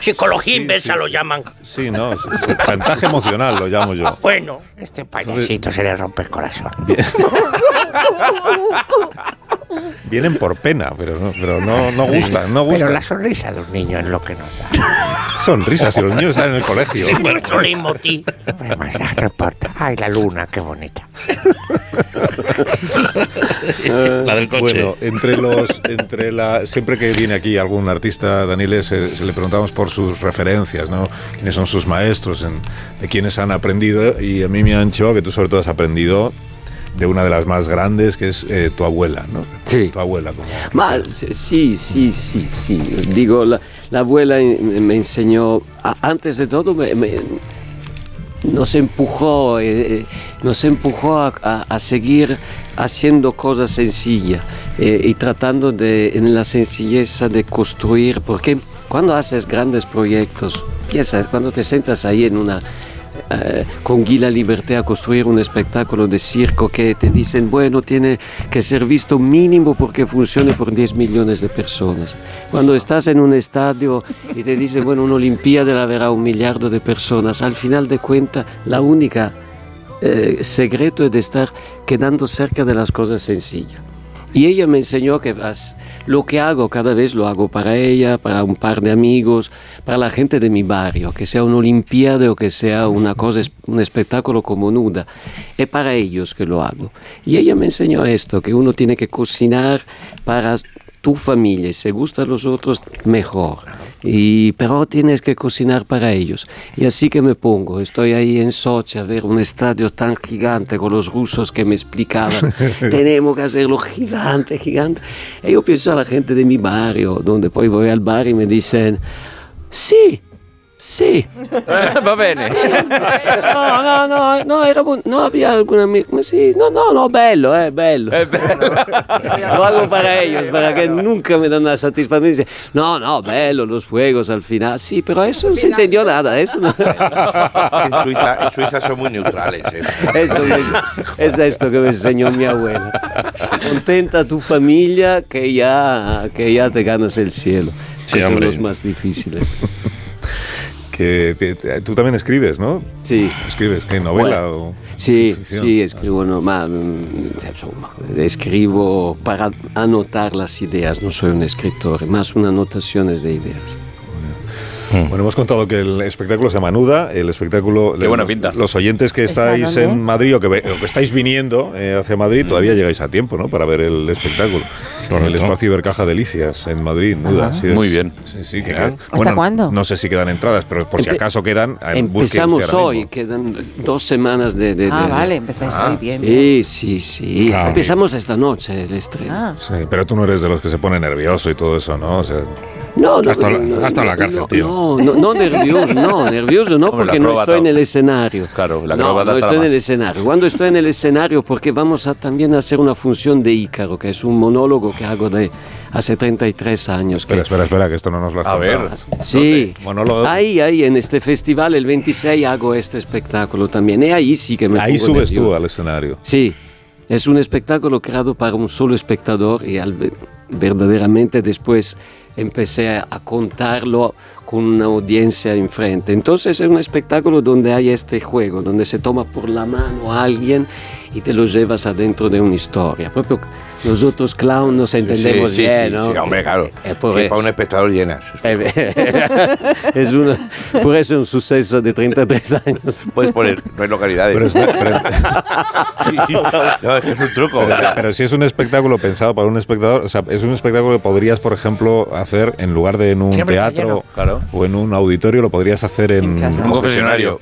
I: Psicología inversa lo llaman.
A: Sí, no, es- es chantaje emocional lo llamo yo.
I: Bueno, este payasito se le rompe el corazón.
A: Vienen por pena, pero no, pero no, no gustan, no
I: Pero
A: gustan.
I: la sonrisa de un niño es lo que nos da.
A: Sonrisas, si los niños están en el colegio.
I: Nuestro leitmotiv. Hombre, más da, no importa. Ay, la luna, qué bonita.
F: La del coche.
A: Bueno, entre los, entre la, siempre que viene aquí algún artista, Daniel, se, se le preguntamos por sus referencias, ¿no? Quiénes son sus maestros, en- de quiénes han aprendido y a mí me han llevado que tú sobre todo has aprendido de una de las más grandes, que es eh, tu abuela, ¿no?
Q: Sí.
A: Tu abuela. como-
Q: Ma sì, sì, sì, sì. Dico, la, eh, l'abuela in- mi insegnò, a- antes de todo, me- me- nos empujó, eh, eh, nos empujó a, a- a seguir haciendo cosas sencillas eh, y tratando de, en la sencilleza de construir, porque cuando haces grandes proyectos, piensas, cuando te sentas ahí en una, eh, con Guila Liberté a construir un espectáculo de circo que te dicen, bueno, tiene que ser visto mínimo porque funcione por 10 millones de personas. Cuando estás en un estadio y te dicen, bueno, una Olimpiada la verá un millardo de personas, al final de cuentas, la única eh, secreto es de estar quedando cerca de las cosas sencillas. Y ella me enseñó que as- lo que hago cada vez lo hago para ella, para un par de amigos, para la gente de mi barrio, que sea una olimpiada o que sea una cosa, es- un espectáculo como Nuda. Es para ellos que lo hago. Y ella me enseñó esto, que uno tiene que cocinar para tu familia, si gusta a los otros, mejor. Y, pero tienes que cocinar para ellos. Y así que me pongo, estoy ahí en Sochi a ver un estadio tan gigante con los rusos que me explicaban, tenemos que hacerlo gigante, gigante. Y yo pienso a la gente de mi barrio, donde poi voy al bar y me dicen, sí, sí.
R: Va bene.
Q: No, no, no, no, era bu- no había algún amigo. ma Sì, no, no, no, bello, eh, bello. (laughs) Lo hago para ellos, para que nunca me dan una satisfacción. Dice, no, no, bello, los juegos al final. Sí, pero eso no se entendió nada. Eso no.
T: En Suiza, en Suiza son muy neutrales. ¿eh?
Q: Eso me- es esto que me enseñó mi abuela. Contenta tu familia que ya, que ya te ganas el cielo. que son
T: hombre.
Q: los más difíciles.
A: Que te- te- tú también escribes, ¿no?
Q: Sí.
A: Escribes, ¿qué? ¿Novela
Q: Bueno,
A: o...?
Q: Sí,
A: ficción?
Q: sí, escribo normal. mm, insomma, Escribo para anotar las ideas, no soy un escritor, más unas anotaciones de ideas.
A: Bueno, hemos contado que el espectáculo se llama Nuda, el espectáculo...
D: Qué buena pinta.
A: Los oyentes que
D: ¿Está
A: estáis
D: dónde?
A: en Madrid o que, ve- o que estáis viniendo eh, hacia Madrid, todavía llegáis a tiempo, ¿no?, para ver el espectáculo. En el espacio Ibercaja Delicias, en Madrid, Nuda.
D: Ajá.
A: sí es.
D: Muy bien.
A: Sí, sí, que
D: Mira.
A: queda-
D: ¿Hasta
A: bueno,
D: cuándo?
A: No sé si quedan entradas, pero por si
Q: Empe-
A: acaso quedan... eh, busque usted
Q: Empezamos
A: ahora
Q: hoy,
A: mismo.
Q: quedan dos semanas de... de-
E: Ah,
Q: de-
E: vale, empezáis hoy, bien,
Q: Sí, sí, sí.
A: Ah,
Q: Empezamos esta noche el estreno.
E: Ah.
A: Sí, pero tú no eres de los que se pone nervioso y todo eso, ¿no? O sea,
Q: No, no,
A: Hasta la-
Q: no,
A: hasta
Q: no,
A: la cárcel,
Q: no,
A: tío.
Q: No, no, no nervioso, no, nervioso no,
D: Hombre, la
Q: porque no
D: acróbata.
Q: estoy en el escenario.
D: Claro, la
Q: no,
D: acróbata
Q: no
D: estará
Q: estoy en el
D: más.
Q: escenario. Cuando estoy en el escenario, porque vamos a también hacer una función de Ícaro, que es un monólogo que hago de hace 33 años. que-
A: espera, espera, espera, que esto no nos lo has
D: A ver.
A: contado.
Q: Sí,
A: Monólogo.
Q: ahí, ahí, en este festival, el 26 hago este espectáculo también. Y ahí sí que me
A: Ahí
Q: pongo
A: subes tú
Q: nervioso.
A: al escenario.
Q: Sí, es un espectáculo creado para un solo espectador y al ver- verdaderamente después empecé a, a contarlo con una audiencia enfrente. Entonces es un espectáculo donde hay este juego, donde se toma por la mano a alguien y te lo llevas adentro de una historia. Propio nosotros clown nos entendemos
T: Sí, sí,
Q: bien,
T: sí,
Q: ¿no?
T: sí, hombre, claro.
Q: Eh, por
T: Sí,
Q: eso.
T: para un espectador llenas.
Q: (laughs) es una, por eso es un suceso de 33 años. (laughs)
T: Puedes poner, no hay localidades.
A: (laughs) Pero es-
T: (laughs) No, es que es un truco.
A: Pero, pero si es un espectáculo pensado para un espectador, o sea, es un espectáculo que podrías, por ejemplo, hacer en lugar de en un
D: Siempre está
A: teatro
D: lleno. Claro.
A: o en un auditorio, lo podrías hacer en
D: casa. Un confesionario.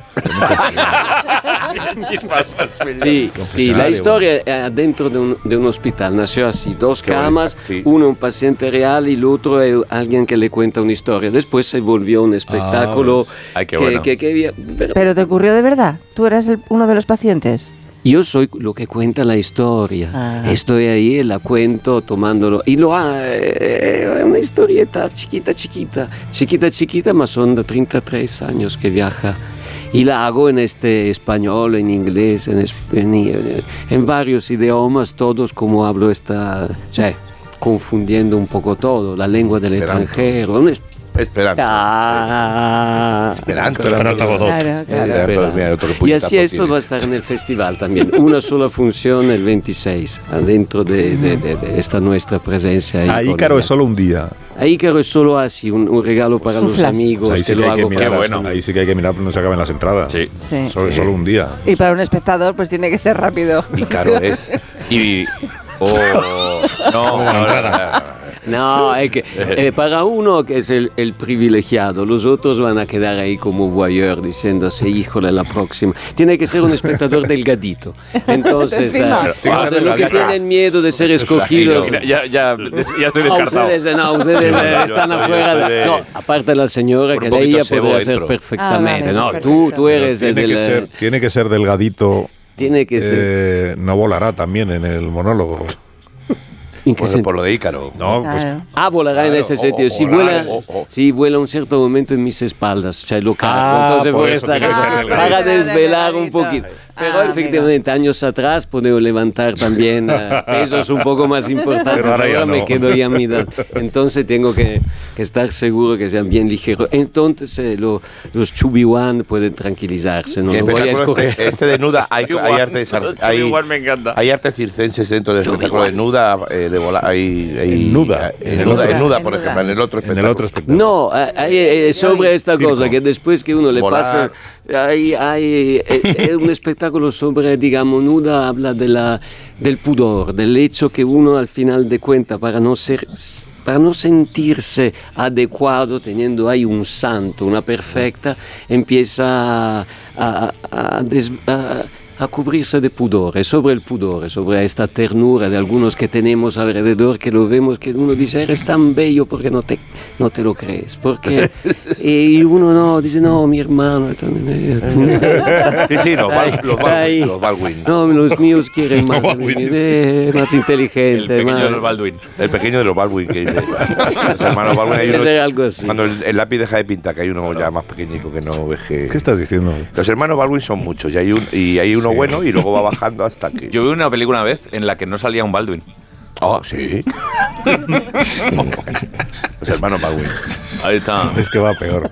Q: Sí, sí, la historia è dentro de un, de un hospital. Nació así, dos camas, uno un paciente real y el otro es alguien que le cuenta una historia. Después se volvió un espectáculo.
D: Ay,
Q: que-
D: qué Ah, bueno.
Q: que- que- pero
E: Pero te ocurrió de verdad. Tú eras el- uno de los pacientes.
Q: yo soy lo que cuenta la historia. Estoy ahí, la cuento tomándolo. Y lo ha, eh, es una historieta chiquita, chiquita, chiquita, chiquita, pero son de 33 años que viaja. Y la hago en este español, en inglés, en, es- en, eh, en varios idiomas, todos como hablo esta, cioè, confundiendo un poco todo, la lengua del extranjero. Un es-
T: Esperando.
Q: Ah.
T: Esperanto, Esperanto a vosotros. Claro, claro. Esperanto, mira, otro
Q: Y
T: puñetazo
Q: así esto
T: tiene.
Q: va a estar en el festival también. Una sola función el 26, adentro de, de- de- de esta nuestra presencia. ahí
A: Ahí,
Q: con-
A: claro, Ah, es solo un día.
Q: A Ícaro es solo así, un, un regalo para los amigos.
A: Ahí sí que,
Q: lo
A: hay que
Q: hago
A: mirar,
Q: para-
A: ahí sí que hay que mirar, no se acaben las entradas. Sí.
E: Sí.
A: Solo, solo un día.
E: Y para un espectador, pues tiene que ser rápido. Y
T: caro
A: ¿eh?
E: (laughs)
Q: (laughs)
T: es.
D: Y. Oh, no, no, no,
Q: No, es que eh, para uno que es el, el privilegiado, los otros van a quedar ahí como voyeur diciéndose, híjole, la próxima. Tiene que ser un espectador (laughs) delgadito. Entonces,
D: Encima.
Q: ah,
D: Tiene que ser
Q: de lo que
D: delgadito.
Q: tienen miedo de ser escogidos.
D: Mira, Ya, ya, des- ya estoy
Q: A
D: descartado.
Q: Ah, ustedes, no, ustedes eh, están afuera. de- No, aparte la señora que
D: un poquito
Q: leía
D: cebo
Q: podría ser
D: dentro.
Q: perfectamente.
D: Ah, vale,
Q: no, tú, tú eres
A: Tiene,
Q: el del... eh,
A: que ser, tiene que ser delgadito.
Q: Tiene que ser.
A: Eh, no volará también en el monólogo.
Q: Por-
T: Pues por lo de Ícaro.
A: No, pues
Q: Ah, volará en ese sentido. Si vuela, si vuela un cierto momento en mis espaldas, o sea, lo cargo.
A: Ah,
Q: Entonces
A: por
Q: voy a
A: eso
Q: estar
A: tiene que ser
Q: ahí
A: delgadito.
Q: para desvelar un poquito. Pero efectivamente, años atrás puedo levantar
A: (laughs)
Q: también eh, pesos un poco más importantes.
A: Pero ahora
Q: Ahora,
A: ya no.
Q: me quedo ya a mi edad. Entonces tengo que, que estar seguro que sean bien ligeros. Entonces eh, lo- los chubiwan pueden tranquilizarse. No
T: Y
Q: lo voy
T: el
Q: a
T: espectáculo
Q: escoger.
T: Este, este de nuda, hay,
D: Igual,
T: hay artes ar-
D: Chubi
T: hay,
D: igual me encanta.
T: hay artes circenses dentro del espectáculo de nuda, eh, de vola, hay, hay-
A: En Nuda.
T: en,
A: En
T: nuda,
A: el
T: en
A: otro.
T: nuda, por ejemplo, en el otro
A: En
T: espectáculo.
A: el otro espectáculo.
Q: No, eh, eh, eh, sobre esta cosa, que después que uno le
T: Volar.
Q: pasa, hay, hay, eh, eh, un espectáculo espectáculo sobre, digamos, Nuda habla de la- del pudor, del hecho que uno al final de cuentas, para no ser para no sentirse adecuado teniendo ahí un santo, una perfecta, empieza a, a- a- a des- a- a cubrirse de pudor, es sobre el pudor, es sobre esta ternura de algunos que tenemos alrededor, que lo vemos, que uno dice, eres tan bello porque no te, no te lo crees,
C: (laughs)
Q: porque eh, y uno no, dice, no, mi hermano es tan bello".
C: Sí, (laughs) sí, los, Bal- los
Q: Ay.
C: Baldwin. Los Baldwin.
Q: No, los míos
C: (laughs)
Q: quieren más, eh, más
C: El
Q: inteligente,
C: pequeño
Q: más...
C: de los Baldwin. El pequeño de los Baldwin
Q: (laughs)
C: que dice. Los hermanos Baldwin hay
Q: Debe
C: uno-
Q: ser algo así.
C: Cuando el, el lápiz deja de pintar, que hay uno ya más pequeñico que no ves que.
A: ¿Qué estás diciendo?
C: Los hermanos Baldwin son muchos y hay, un, y hay uno
T: Sí.
C: bueno y luego va bajando hasta que.
T: Yo vi una película una vez en la que no salía un Baldwin.
C: Ah, sí. Los hermanos Baldwin.
T: Ahí está.
A: Es que va peor.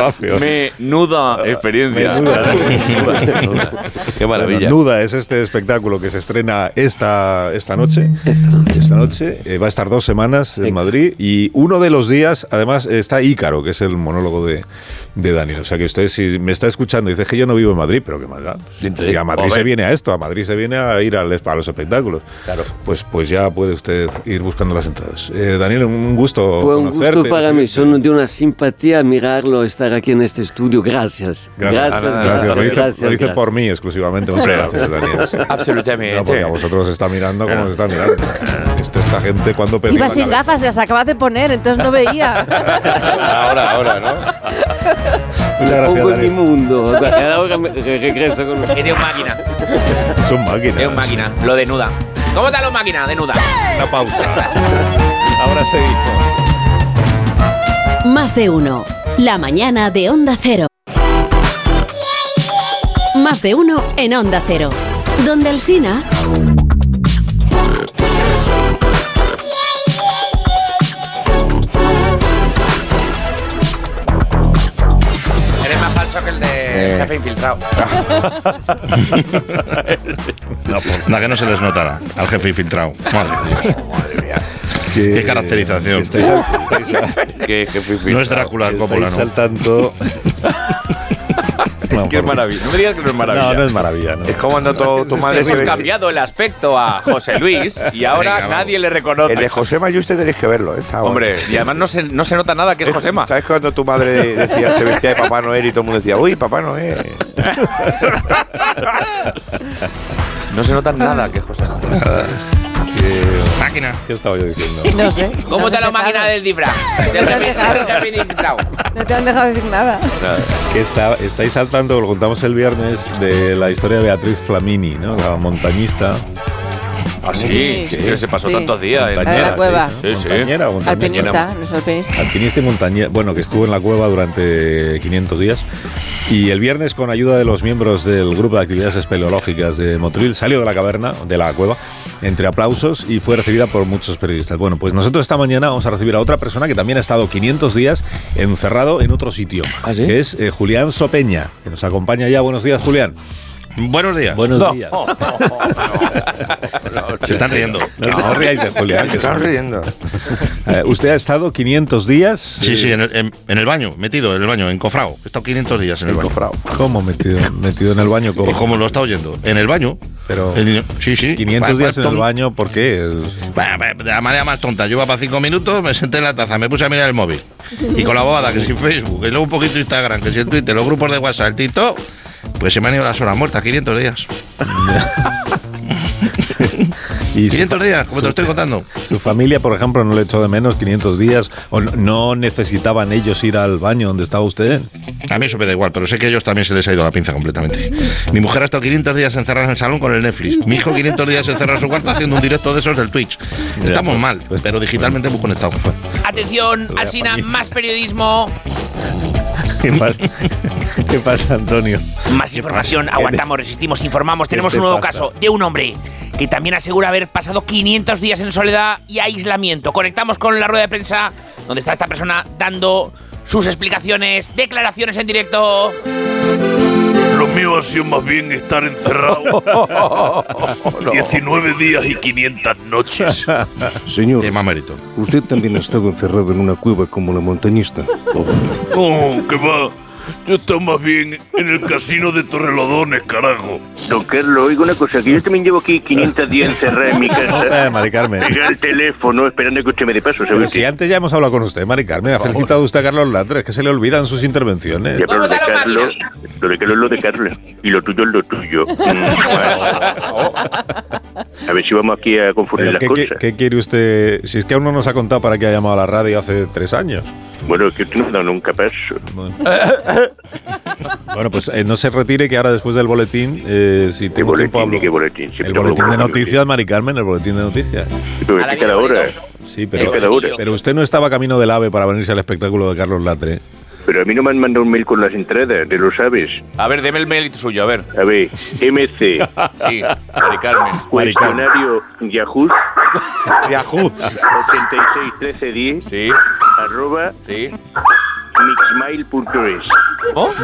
A: Va peor.
T: Menuda experiencia.
A: Menuda.
Q: (laughs)
T: Qué maravilla.
A: Bueno, Nuda es este espectáculo que se estrena esta, esta noche. Esta noche. Eh, va a estar dos semanas en Madrid y uno de los días, además, está Ícaro, que es el monólogo de, de Dani. O sea que usted, si me está escuchando y dice que yo no vivo en Madrid, pero que más da.
C: Sí,
A: pues, Si a Madrid
C: hombre.
A: se viene a esto, a Madrid se viene a ir al, a los espectáculos. Claro. Pues, pues ya puede usted ir buscando las entradas. Eh, Daniel, un gusto
Q: Fue un
A: conocerte.
Q: gusto para mí, son de una simpatía mirarlo, estar aquí en este estudio. Gracias.
A: Gracias, gracias, Lo dice, lo dice por mí exclusivamente. Muchas
Q: Claro.
A: gracias, Daniel.
T: Absolutamente.
A: No, porque a vosotros os está mirando como os está mirando. Esto, esta gente cuando perdió
E: Iba
A: la
E: sin
A: cabeza.
E: gafas, las acabas de poner, entonces no veía.
Q: (laughs)
C: Ahora, ahora, ¿no?
Q: Muchas
C: gracias,
Q: Pongo en
C: Dani.
Q: mi mundo. Ahora me- re- regreso con
I: Es de un máquina.
A: Son máquinas.
I: Es un máquina. Lo denuda. ¿Cómo está lo máquina? Denuda.
A: Una pausa. Ahora seguimos.
O: Más de uno. La mañana de Onda Cero. Más de uno en Onda Cero. Donde el Sina.
I: Eres más falso que el de
F: Eh.
I: jefe infiltrado.
F: Nada que no se les notara al jefe infiltrado. Madre de
A: (laughs)
F: Dios. Qué, caracterización.
A: estáis
C: Que jefe
F: no es Drácula Coppola,
A: Estáis
F: no.
A: al tanto. (laughs)
C: Es que es maravilla. No me digas que no es maravilla.
A: No, no es maravilla. no.
C: Es como cuando tu, tu madre
I: Hemos
C: se ve-
I: cambiado el aspecto a José Luis y ahora
C: Venga, vamos.
I: nadie le reconoce.
C: El de José Mayuste tenéis que verlo, ¿eh? Está bueno.
T: Hombre,
I: Y además no se, no se nota nada que es
C: Es-
I: Josema.
C: ¿Sabes cuando tu madre decía, se vestía de Papá Noel y todo el mundo decía, uy, Papá Noel?
T: No se nota nada que José.
F: Máquina.
A: ¿Qué estaba yo diciendo?
E: No sé.
I: ¿Cómo
E: no
I: está
E: sé
I: la
E: qué
I: máquina
E: tal.
I: del disfraz?
E: No te han dejado.
I: Del jefe infiltrado.
E: No te han dejado decir nada.
A: Que está, estáis al tanto, lo contamos el viernes, de la historia de Beatriz Flamini, ¿no? La montañista.
T: Ah, sí,
A: Sí.
T: pero se pasó
E: Sí.
T: tantos días. en-
A: Montañera,
E: La de la cueva.
T: Sí, sí.
A: Montañera, montañera.
E: Alpinista, no es alpinista.
A: Alpinista y montañera, bueno, que estuvo en la cueva durante 500 días. Y el viernes, con ayuda de los miembros del grupo de actividades espeleológicas de Motril, salió de la caverna, de la cueva, entre aplausos y fue recibida por muchos periodistas. Bueno, pues nosotros esta mañana vamos a recibir a otra persona que también ha estado 500 días encerrado en otro sitio, que es eh, Julián Sopeña, que nos acompaña ya. Buenos días, Julián.
F: Buenos días.
A: Buenos
F: No.
A: días.
F: Se están riendo.
A: (laughs) No, no os riáis de Julián. (laughs)
F: Se están riendo.
A: Eh, usted ha estado 500 días.
F: Sí, sí, en el, en- en el baño, metido en el baño, encofrado. He estado 500 días en el baño.
A: eh, ¿Cómo metido, metido en el baño? ¿Cómo?
F: Pues como lo está oyendo, en el baño.
A: Pero
F: En- sí, sí.
A: 500 días en el baño, ¿por qué?
F: Bah, bah, De la manera más tonta, yo iba para cinco minutos, me senté en la taza, me puse a mirar el móvil. Y con la bobada, que si Facebook, y luego un poquito Instagram, que si el Twitter, los grupos de WhatsApp, el TikTok, pues se me han ido las horas muertas, 500 días.
A: Y
F: 500 días, como te lo estoy contando.
A: Su familia, por ejemplo, no le echó de menos 500 días o no- no necesitaban ellos ir al baño donde estaba usted.
F: A mí eso me da igual, pero sé que a ellos también se les ha ido la pinza completamente. Mi mujer ha estado 500 días encerrada en el salón con el Netflix. Mi hijo 500 días encerrado en su cuarto haciendo un directo de esos del Twitch. Estamos mal,
T: Pues-
F: pero digitalmente hemos conectado.
I: Atención, Alsina, más periodismo,
A: (laughs) ¿Qué pasa? ¿Qué pasa, Antonio?
I: más información. Aguantamos, resistimos, informamos. Tenemos
A: te
I: un nuevo
A: pasa?
I: caso de un hombre que también asegura haber pasado 500 días en soledad y aislamiento. Conectamos con la rueda de prensa donde está esta persona dando sus explicaciones, declaraciones en directo.
G: Lo mío ha sido más bien estar (laughs)
A: (laughs)
G: encerrado 19 días y 500 noches.
U: Señor, usted también ha estado encerrado en una cueva como la montañista.
G: No, que va.
V: Oh, Yo estaba más bien en el casino de Torrelodones, carajo.
G: Don Carlos, oiga una cosa, que yo también llevo
V: (laughs)
G: aquí 500 días encerrado en mi
A: Vamos a
G: casa.
A: ver, Mari Carmen.
G: Pegado al teléfono esperando que usted me dé paso, ¿sabe
A: Pero
G: usted?
A: si antes ya hemos hablado con usted, Mari Carmen, ha felicitado usted a Carlos Latre, es que se le olvidan sus intervenciones.
G: Ya, pero lo de Carlos, lo de Carlos es lo de Carlos. Y lo tuyo es lo tuyo. Mm. A ver si vamos aquí a confundir
A: Pero
G: las
A: ¿qué,
G: cosas.
A: qué- qué quiere usted? Si es que aún no nos ha contado para qué ha llamado a la radio hace tres años.
G: Bueno, es que usted no me ha dado nunca paso.
A: Bueno, pues eh, no se retire que ahora después del boletín, eh, si tengo tiempo hablo. el boletín de noticias, Mari Carmen, el boletín de noticias.
G: Pero es que cada hora.
A: Sí,
G: Es
A: pero,
G: que cada hora.
A: pero usted no estaba camino del AVE para venirse al espectáculo de Carlos Latre.
G: Pero a mí no me han mandado un mail con las entradas, te lo sabes.
D: A ver, deme el mail suyo, a ver.
G: A ver,
D: (laughs)
G: MC.
D: Sí, Mari Carmen.
G: Cuestionario Yahoo.
A: (laughs) Yahoo.
G: 861310.
D: Sí.
G: Arroba.
D: Sí.
G: Mixmail.es.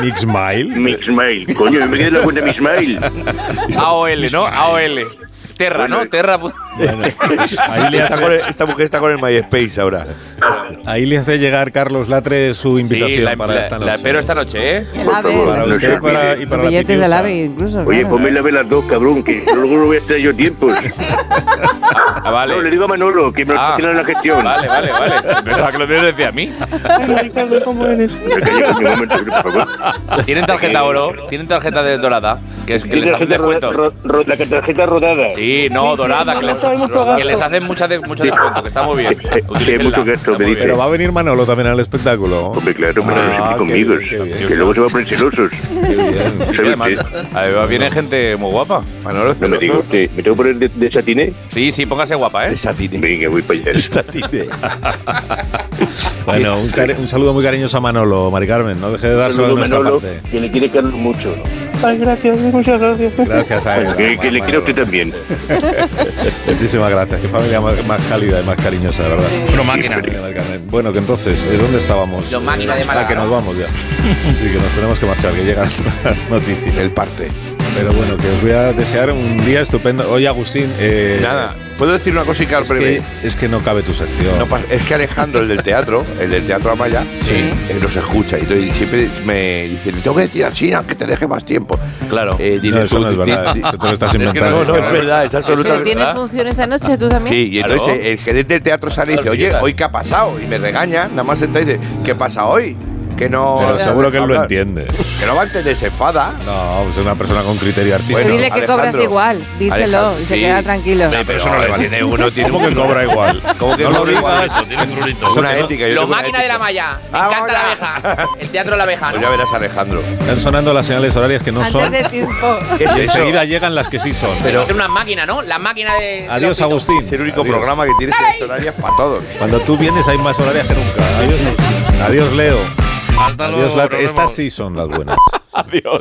A: ¿Mixmail?
G: Mixmail. Coño, me quedé la cuenta Mixmail.
D: AOL, ¿no? AOL. Terra, ¿no? Terra.
T: Ahí le está con el- esta mujer está con el MySpace ahora.
A: Ahí le hace llegar Carlos Latre su invitación
D: Sí, la,
A: para
D: la-
A: esta
D: la
A: noche.
D: espero esta noche, ¿eh?
E: El ave.
A: Para
E: los-
A: usted para- y para
E: Los
A: la
E: billetes
A: pitiusa.
E: del ave incluso.
D: (laughs)
G: Oye, pues
E: claro.
G: ponme la vela las dos, cabrón, que luego no voy a estar yo tiempos.
D: Ah, vale.
G: No, le digo a Manolo que me lo
D: Ah.
G: tiene en la gestión.
D: Vale, vale, vale. Pensaba que lo mío decía a mí. Tienen tarjeta oro, tienen tarjeta de dorada, que, es, (laughs) que les hacen descuento.
G: la tarjeta rodada.
D: Sí, no, dorada, que les, que les hacen mucha de- mucho descuento, que está muy bien. Utilícenla.
A: Pero va a venir Manolo también al espectáculo.
G: Hombre, claro, Manolo
A: Ah,
G: siempre
A: qué
G: conmigo.
A: bien, qué bien.
G: Que luego se va a poner celosos. (laughs)
D: Y
G: ¿Sabe
D: además,
G: usted?
D: además viene gente muy guapa. Manolo,
G: No me diga usted, ¿me tengo que poner de, de satiné?
D: Sí, sí, póngase guapa, ¿eh?
G: Venga, voy para allá. Satiné.
A: Bueno, un, cari- un saludo muy cariñoso a Manolo, Mari Carmen. No deje de dárselo de
G: Saludo,
A: nuestra
G: Manolo,
A: parte.
G: que le quiere Carlos mucho.
F: Ay, gracias, muchas gracias.
A: Gracias a él.
G: Que, que le quiere a usted también.
A: Muchísimas gracias. Qué familia más, más cálida y más cariñosa, de verdad.
W: Bueno, máquina.
A: Mari Carmen. Bueno, que entonces, ¿eh, ¿dónde estábamos?
I: Los máquinas de
A: Ah,
I: Málaga.
A: que nos vamos ya. Sí, que nos tenemos que marchar, que llegan (laughs) las noticias. El parte. Pero bueno, que os voy a desear un día estupendo. Oye, Agustín. eh,
T: Nada, ¿puedo decir una cosita al
A: es que, es que no cabe tu sección.
T: No pasa- es que Alejandro, el del teatro, el del teatro Amaya, eh, nos escucha y entonces siempre me dice, tengo que decir a China que te deje más tiempo.
D: Claro.
A: No, eso no es verdad, eh. eso te lo estás inventando.
T: Eh, No, no, es verdad, es
E: Pero
T: absolutamente
E: tienes
T: verdad.
E: funciones esa noche tú también.
T: (laughs) Sí, y entonces
D: Claro.
T: el gerente del teatro sale y dice,
D: Claro,
T: oye,
D: figuras.
T: ¿hoy qué ha pasado? Y me regaña, nada más entra y dice, ¿qué pasa hoy? Que no...
A: Pero seguro que él lo
T: hablar".
A: entiende.
T: Que no va a entender, se enfada.
A: No, pues es una persona con criterio artístico.
E: Pues dile que cobras igual, díselo
T: Alejandro,
E: y se
T: sí.
E: queda tranquilo.
T: pero eso no le vale. eh, Tiene
A: uno, tiene ¿Cómo que cobra igual?
T: (laughs) ¿Cómo que
A: No
T: no
A: lo
T: igual
A: digas.
T: eso? Tiene un grulito. Es una E. ética.
I: Los
T: yo tengo una Ah,
I: máquinas de la malla. Me encanta la abeja. El teatro de la abeja,
T: Pues
I: ¿no?
T: ya verás, Alejandro.
A: Están sonando las señales horarias que no
I: Antes
A: son.
I: de tiempo.
A: Y
T: es eso?
A: enseguida llegan las que sí son.
I: Pero una máquina, ¿no? La máquina de.
A: Adiós, Agustín. Es el
T: único programa que tiene seis horarias para todos.
A: Cuando tú vienes hay más horarias que nunca. Adiós, Agustín. Adiós Leo. Adiós, Lat- Estas sí son las buenas.
D: Adiós.